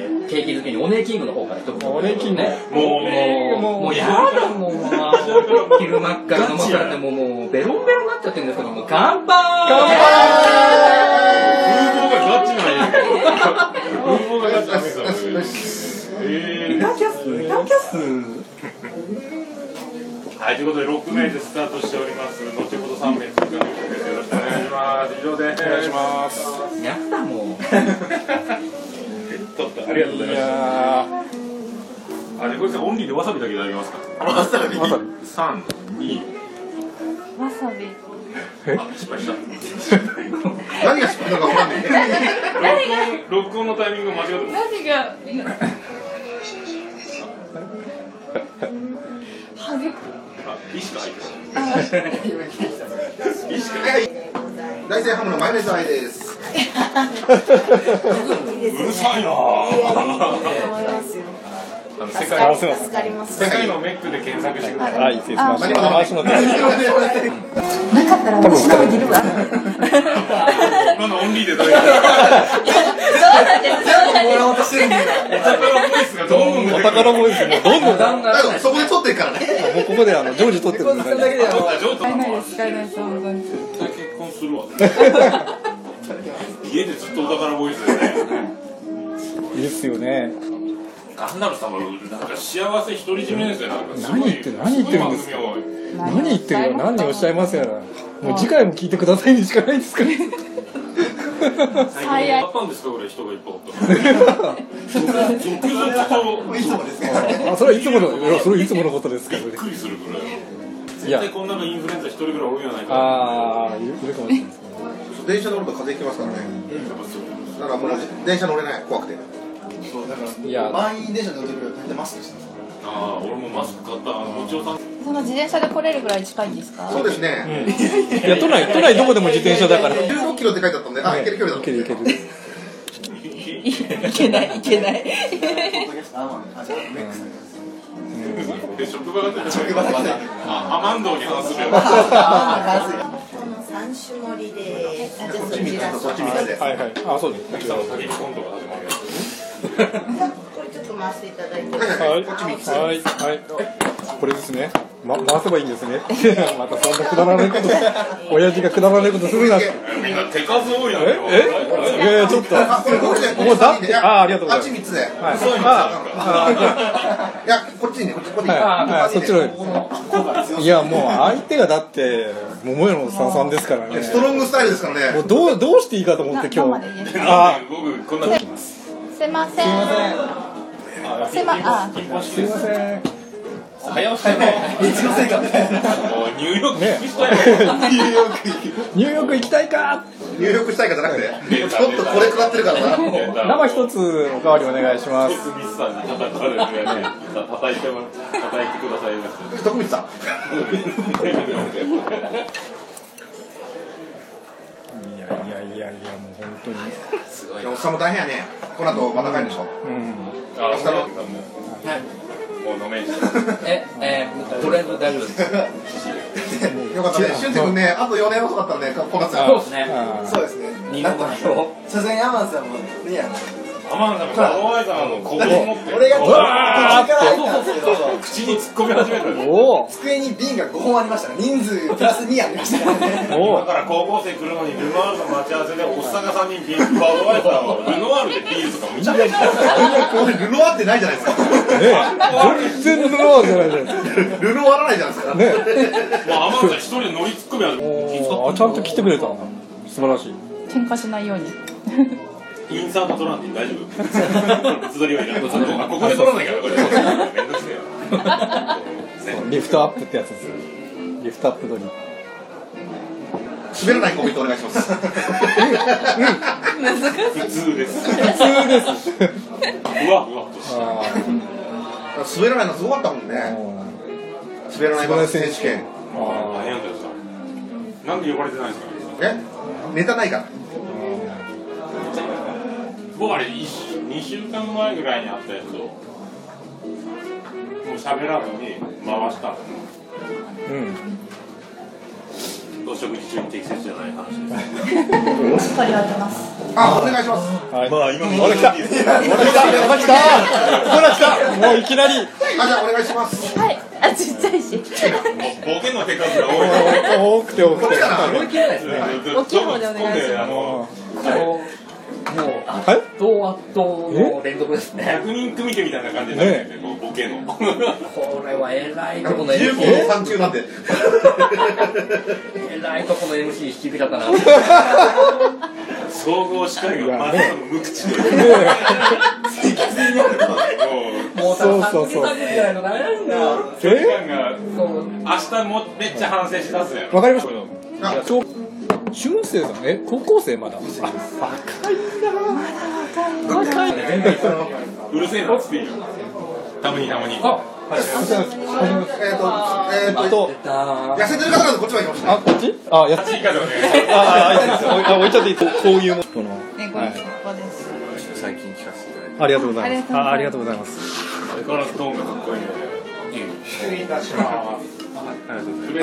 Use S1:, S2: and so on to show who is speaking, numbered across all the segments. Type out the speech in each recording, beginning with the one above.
S1: 景気づけにおねえキングの方から一言
S2: おねえキング
S1: ね
S3: もう
S1: もう
S2: もう
S1: もうやだもう昼間っから飲まされてもうもうベロンベロンになっちゃってるんですけどもう乾杯
S2: 乾杯
S3: 風貌がガチなんや風貌がガチなんやえ
S1: ガキャスガキャス
S3: ーはい、ということで6名でスタートしております後ほど3名追加ということでよろしくお願いします以上ですお願いします
S1: やだもう
S3: 撮ったありがとうござい
S2: い
S3: ま
S2: や
S3: すあれこれさオンリーでわさびだけいただけますか
S4: わさび
S2: ーまさに
S3: 三二
S5: わさび。
S3: あ失敗した
S4: 何が失敗なのか分かんない
S5: 何が、
S3: 録音のタイミング間違ってます
S5: 何が。はげ。
S3: あ、いいしか入ってない
S4: 大生ハムのマヨネーズ愛です
S3: うるさいなぁ
S2: あの世界合わせます
S6: 助かります。
S3: 世界のメックで検索してください
S2: はい、失礼しました回しの手
S6: なかったら私のもいるわ。
S3: 今のオンリーでどうやって
S5: そうなんです。そうなんで
S3: お宝ボイスがどんどん出てくる
S2: お宝もですね、どんどんも
S4: だからそこで撮ってるからね
S2: うここであの常時撮ってるんですね
S3: ちょっと上手だな
S5: す。使えないです。本当に。
S3: 絶対結婚するわ家でずっとお宝ボイスでね
S2: いいですよね
S3: ガンダル様なんか幸せ独り占めですよなんかすごい
S2: 何言ってる何言ってるんですか
S3: ごい番組多い
S2: 何言ってるよ、何をおっしゃいますやらもう次回も聞いてくださいにしかないですから
S5: 最
S3: あ
S5: 悪。
S3: ったんですか俺人がいっぱいおったの続々と
S4: いつもですからね
S2: あそれはいつものいやそれはいつものことですから
S3: びっ
S2: ね
S3: くりするぐらい絶
S2: いや
S3: 対こんなのインフルエンザ一人ぐらい多いんじゃないかな
S2: ああいるいるかもしれないですね
S4: 電車乗ると風邪ひきますからね
S3: やっぱそう
S4: だからもう電車乗れない怖くて
S7: そうだから
S2: いや
S7: 満員電車乗ってくると大体マスクしてますか
S3: あー俺もマスク買ったあのもちおさん
S5: その自転車で来れるぐらい近いんですか。
S4: そうですね
S2: いや都内都内どこでも自転車だから
S4: 16キロって書いてあったんであいける距離だ
S2: いけるいける
S5: いけない、いけない。
S7: らあ、まあ、あじゃあメックス
S3: で職場が出て
S7: 職場だけだけど
S3: あアマンドに話するよ
S7: あーまずい
S6: この三種盛りです。
S5: あじゃあそっち
S4: そっち見てそっち見て
S2: はいはいあそうです
S3: ミキさんの先にコントが始まる
S6: これちょっと回していただいて。
S2: はいはいはいこれですね、ま、回せばいいんですねまたそんなくだらないこと親父がくだらないことするなって
S3: みんな手数多いな
S2: ええいやいやちょっと
S4: あ、これ僕ね、
S2: もうだってあありがとうございま
S4: あ
S2: す
S4: っち三つで。い
S2: はい
S4: や、こっちにね、こっちここに。
S2: はい、はい、そっちの
S4: ここ
S2: いやもう相手がだって桃屋のおっさんさんですからね
S4: にストロングスタイルですから
S2: も
S4: ね。
S2: うどうどうしていいかと思って今日
S3: な
S2: あ
S3: んで僕こんな
S5: すいません。すいません。あ、
S2: すいません
S3: 早押しの
S7: 日のせいかみたいな
S3: もうニューヨーク行
S2: ね
S3: きしたよ
S2: ニューヨーク行きたいか
S4: 入力したいかじゃなくて、ちょっとこれかかってるからな。
S2: 生一つおかわりお願いします
S3: 徳光さんに叩かれるやね叩いても叩いてくださいました
S4: 徳光さん。
S2: いやいやいやいやもう本当に
S4: いやおっさんも大変やね。この後また帰るでしょ。
S2: うん
S3: あ、そのもうもう飲めんし
S1: ええー、とりあえず大丈夫です
S4: よかったね。俊介君ね、あと4年遅かったね、この
S1: そうで
S4: 後。
S1: すね
S2: あ
S7: そうですね
S1: 二
S7: なん
S1: 度
S7: か
S1: 目を
S7: さすがにアマンさんもねや
S3: アマンさんがお前さんのここを持って
S7: 俺がこ
S3: うわ
S7: っちから入ったんですけど
S3: ー 口に突っ込み始めた
S2: ー
S3: ね
S2: おー
S7: 机に瓶が5本ありましたね人数プラス2ありましたからね
S2: お
S3: だ
S2: ー
S3: から高校生来るのにルノワールの待ち合わせでおっさんが3人ビールバードワイザーをルノワールでビールとかめちゃめちゃ
S4: これ、ルノワってないじゃないですか。
S2: ねえ全然ローじゃないじゃないです
S4: ルノワらないじゃないですか。
S2: かね
S3: もうアマンさん一人で乗り突っ込み始
S2: え
S3: めた
S2: おーあちゃんと来てくれた素晴らしい
S5: 喧嘩しないように。
S3: インサート取らんでいい大丈夫。物撮りはいらない。あここで撮らないからこれ。めんどくせえよ。
S2: リフトアップってやつですリフトアップ取り
S4: 滑らないコメントお願いします。
S3: 普通です。
S2: 普通です
S3: ふわふわっとし
S2: あ
S4: 滑らないのすごかったもん
S2: ー
S4: ね。
S2: もう
S4: 滑らないバランス選手権。
S3: た。大変だったよさ。なんで呼ばれてないんですか。
S4: えネタないから。
S3: 僕あれ一週二週間前ぐらいに会ったやつをもう喋らずに回したの。
S2: うん
S3: どうお食事中に適切じゃない話です。
S5: しっかり当てます。
S4: あ、お願いします。
S3: まあ今の
S2: 俺来た俺来た俺来た俺来たもういきなり
S4: あ、じゃあお願いします。
S5: はい。あ、ちっちゃいし。
S3: 冒険の手数が多い。
S2: 多くて多くて
S1: 思い切れないですね。
S5: 大きい方でお願いします
S3: あの
S1: もう、圧倒圧倒の連続ですね。
S3: 百人組み手みたいな感じになってて、こうボケの。
S1: これは偉いとこの
S4: 十
S1: MC、
S4: 分三中なんで。
S1: 偉いとこの MC 引き受けたな。
S3: 総合司会がまさかの無口で。も
S1: もうさ、
S2: そうそうそう
S1: 助けたんじゃないのダメなんだよ。
S3: う距離感が
S1: そう
S3: 明日もめっちゃ反省しだすやろ
S2: わかりました
S3: こういうの
S2: あそう俊生さんえ高校生まだ
S1: 前回その
S3: うるせえなっつっていいよたまにたまに
S4: えっと、えっ
S2: あ
S4: と、
S2: と
S4: 痩せてる方なんでこっちまで来ました。
S2: あこっちあやっ
S3: 追加でお願いします
S2: ああいいですよあ置いちゃっていいこうこういうもの
S5: 猫の尻尾です。
S4: 最近聞かせていただい
S2: ありがとうございます
S5: ありがとうございます
S2: あありがと
S3: 相変
S2: うございます
S3: わらずトーンがかっこいいね
S4: て。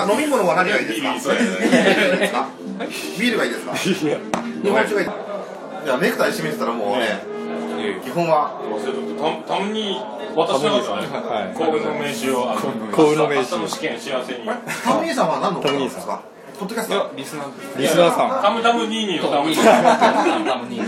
S4: あ、飲み物は何がいいですか。
S3: いいそうやね
S4: ビールがいいですか。
S2: いや
S4: 日本酒がいい。いや、ネクタイ締めてたら、もうね。基本は。
S3: たたまに私の
S2: はい
S3: 幸運の名刺をあの
S2: 幸運の名刺
S3: 明日の試験幸せに
S4: タム兄さんは何の。
S2: タム兄さん
S4: ですか。ポッドキャスト。
S2: リスナーさ
S3: たむたむ22をたむに
S1: ダムに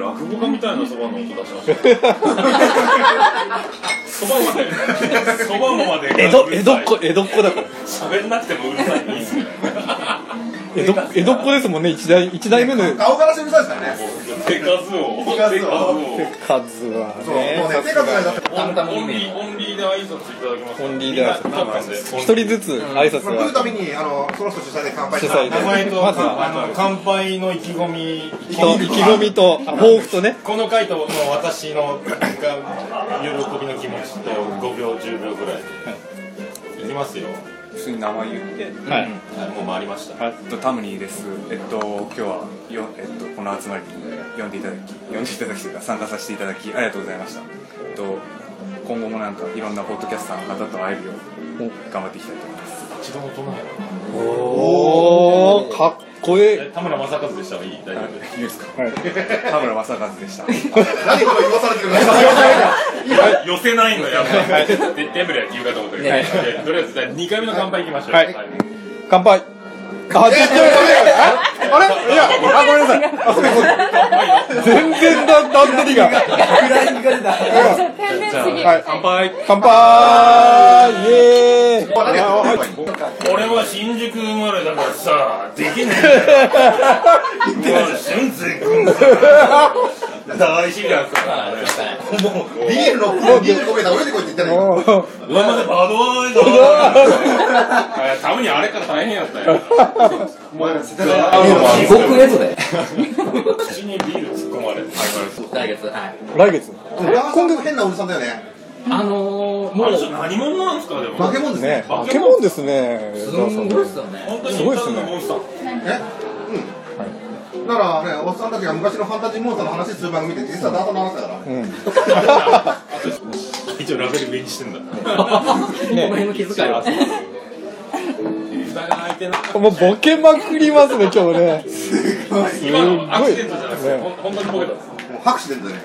S3: 落語家みたいなそばの音出しましたそばまでそばまで
S2: ん江戸江戸っ子江戸っ子だから
S3: 喋んなくてもうるさいいいっすね
S2: 江戸江戸っ子ですもんね一代一代目の
S4: 顔からしてみたいですからね。
S3: 手数を手数を
S2: 数は
S4: そう、もう
S2: ね
S4: ね、手数がだって。
S1: たむたむ
S3: オ
S1: に
S3: ンリ
S1: ね
S3: ーオンリーで挨拶いただきます
S2: オンリーで挨拶
S3: みんな立ったんで
S2: 一人ずつ挨拶
S4: まあ来るた
S2: は
S4: びに、あの、その人主催で乾杯
S2: 主
S4: して。
S2: 催で
S8: 名前と、
S2: まずは
S8: あの乾杯の意気込み
S2: と意気込みと抱負とね
S8: この回ともう私のが喜びの気持ちと5秒10秒ぐらいで、い、きますよ
S9: 普通に名前言って、
S2: はい
S8: はいもう回りました
S9: えっと、タムニーです、えっと、今日はよ、えっと、この集まりに呼んでいただき、呼んでいただきというか、参加させていただき、ありがとうございました。えっと、今後もなんか、いろんなポッドキャスターの方と会えるよう、頑張っていきたいと思います。
S8: 一度も唱え
S2: おおかっこいい
S8: ない田村正和でしたらいい大丈夫
S9: いいですか、田村正和でした。
S4: 何これ言わされてるんですか。
S3: 寄せない のやばいでテンブレは言うかと思ったけど
S1: ね
S3: いやとりあえずじゃあ2回目の乾杯いきましょう
S2: はい乾杯あ、全然ダメだよああれいや、あ、ごめんなさいあ、すみません全然だ段取りがは
S7: フライングが出た
S5: 天然すぎる。
S2: い、乾杯乾杯イエーイ
S4: ありがとうございます。
S3: 俺は新宿生まれだからさできねえんだよもう俊介君さ大好きだからさ
S4: ビールの、ビールの上で泳いでこいって言ったらいい。
S2: おー
S3: 今までバドワイザーたまにあれから大変やったよ
S1: 地獄絵図で
S3: 口にビール突っ込まれて
S1: 来月はい
S2: 来月
S4: 浦和さんも変なおじさんだよね。
S1: あのー、も
S3: あ
S1: う
S3: れちょっと何者なんですかでも
S4: 化け物ですね
S2: ね。ポケモンですね
S1: すごいっすよね
S3: 本当に
S2: すごいっすね
S3: ただのモンスター
S4: えうん。だからね、おっさんたちが昔のファンタジーモンスターの話する番組って実はダートの話だから。
S3: 一応ラベル上にしてんだ
S1: この辺の気遣いは
S3: 蓋が開いてない
S2: もうボケまくりますね、今日ね
S3: 今のアクシデントじゃなくてほん本当に ボケたんです
S4: もう拍手でんだね。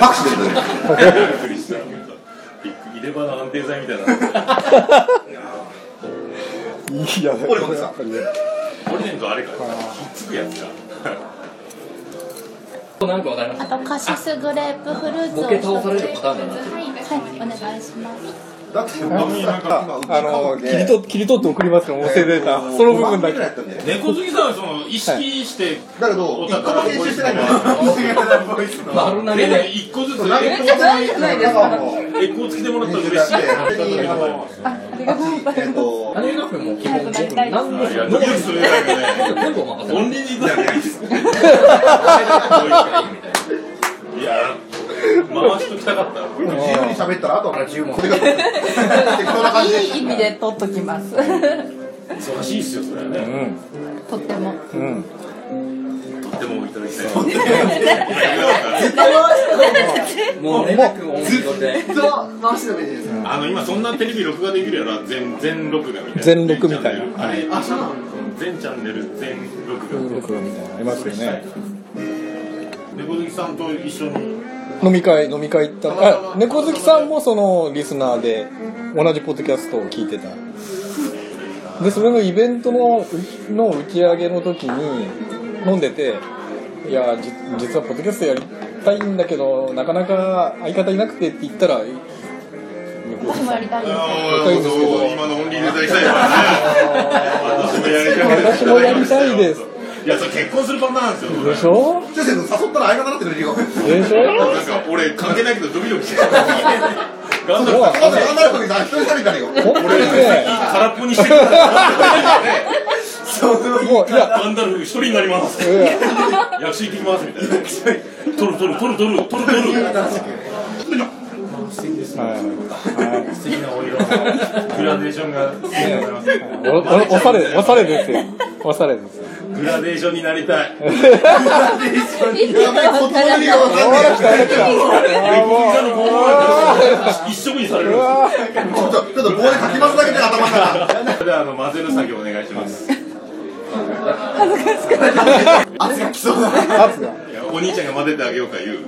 S4: 拍手でんだね。
S3: びっくりした入れ歯の安定剤みたいない
S2: や、
S4: 俺もさ
S3: オリエントあれかひっつくやつか
S1: なんかわかりま
S5: あ
S1: す
S5: とカシスグレープフルーツを
S1: ボケ倒されるパターンだな
S5: はい、お願いします。
S4: だって、なんか
S2: あの、切り取切り取って送りますから、音声データその部分だけ
S4: だけ。
S3: 猫好きさんはその意識して
S4: だけど、一個も編集してないんだよ。
S1: 丸投げ
S3: ね
S1: で
S3: 一個ずつ
S4: めっちゃ不安じゃないですか。え
S3: エコーつけてもらったら嬉しい
S5: ありがとうござい
S4: っ
S5: ます。
S4: と
S1: あ、れなくもう基本全部何でも
S3: いや、どうするんだけどね。
S1: 全部お任せ
S3: オンリーにいただいいですね。いや、回しときたかった。
S4: 自由に喋ったら、あとは自由も。これが、適当な感じで。
S5: いい意味で取っときます。
S3: 忙しいっすよ、それはね。
S5: とっても。
S3: とってもいただきたい。
S5: 何もしてない。
S1: もう、連絡をずっとで。
S10: ずっと回してたイメージです
S3: あの今そんなテレビ録画できるやろ全全録画みたいな
S2: 全録みたいな
S3: 全チャンネル
S10: あそうなの
S3: あれ全チャンネル全録画
S2: 録画みたいなのありますよね
S3: 猫好きさんと一緒に
S2: 飲み会飲み会行ったあ猫好きさんもそのリスナーで同じポッドキャストを聞いてたでそれのイベントのの打ち上げの時に飲んでて「いやじ実はポッドキャストやりたいんだけどなかなか相方いなくて」って言ったら「猫好
S11: 私
S2: き
S11: も
S2: さ
S11: や
S2: ん
S11: りたいん
S3: い
S11: で
S3: や
S11: すよ
S3: ーそう今のオンリーで大したいわね私もやりたいです
S2: 私もやりたいです
S3: いやそれ結婚するパターンなんですよそれ
S2: でしょ
S4: 先生誘ったら相方になってる理由が
S2: でしょ
S3: なんか俺関係ないけどドキドキしてたガンダ
S2: そ
S3: ム
S2: う
S4: まず考える時一人一人になるよ
S2: 本当にね
S3: 空っぽにしてる
S2: もういや
S3: ガンダム一人になります
S2: いや
S3: 薬師行ってきますみたいな取る取る取る取る取る取る
S2: はい
S3: 素敵なお色グラデーションが素敵でございます
S2: おおおされおされですよおされですよ
S3: グラデーションになりたい
S11: 意味がわからない
S2: おわらきたおわらきたあー
S3: 猫
S2: もう
S3: 膝の棒が一色にされるんですよ
S4: ちょっとちょっと棒でかき混ぜだけで頭から
S3: じゃああの混ぜる作業お願いします
S10: 圧が来そうだ
S2: 圧が
S3: いやお兄ちゃんが混ぜてあげようか言う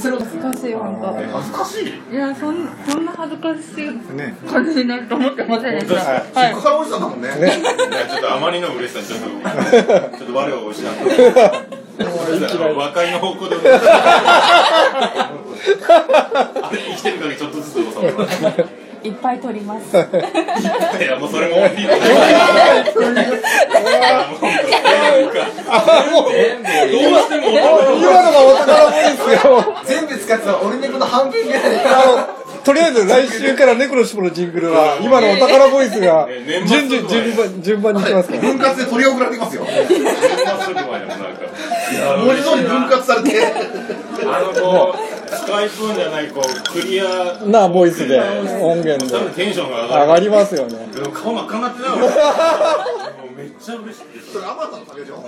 S5: 難しい本当。
S3: 恥ずかしい
S5: いやそんそんな恥ずかしい感じになると思ってませんでした。はい。
S4: 他のおじさんだもんね
S3: いやちょっとあまりの嬉しさにちょっとちょっと我を失って和解の方向であれ生きてる限りちょっとずつ収まる
S5: いっぱい撮ります。
S3: いやもうそれもオンリーだ
S2: あもう
S3: どうしても男の
S2: 今のがお宝物ですよ
S10: 全部使ってたら俺猫の半分ぐらい
S2: あのとりあえず来週からネクロシポのジングルは今のお宝ボイスが
S3: え年末
S2: 順々順番順番に 来ますから
S4: 分割で取り送られてきますよ
S3: 職場やもんなんか
S4: 文字通り分割されて
S3: あのこうスカイプーンじゃないこうクリア
S2: なボイスで音源
S3: 多分
S2: で
S3: テンションが上が
S2: 上
S3: る
S2: がりますよね
S3: でも顔真っ赤になってたもうめっちゃ嬉しい
S4: それアバターの作業じゃん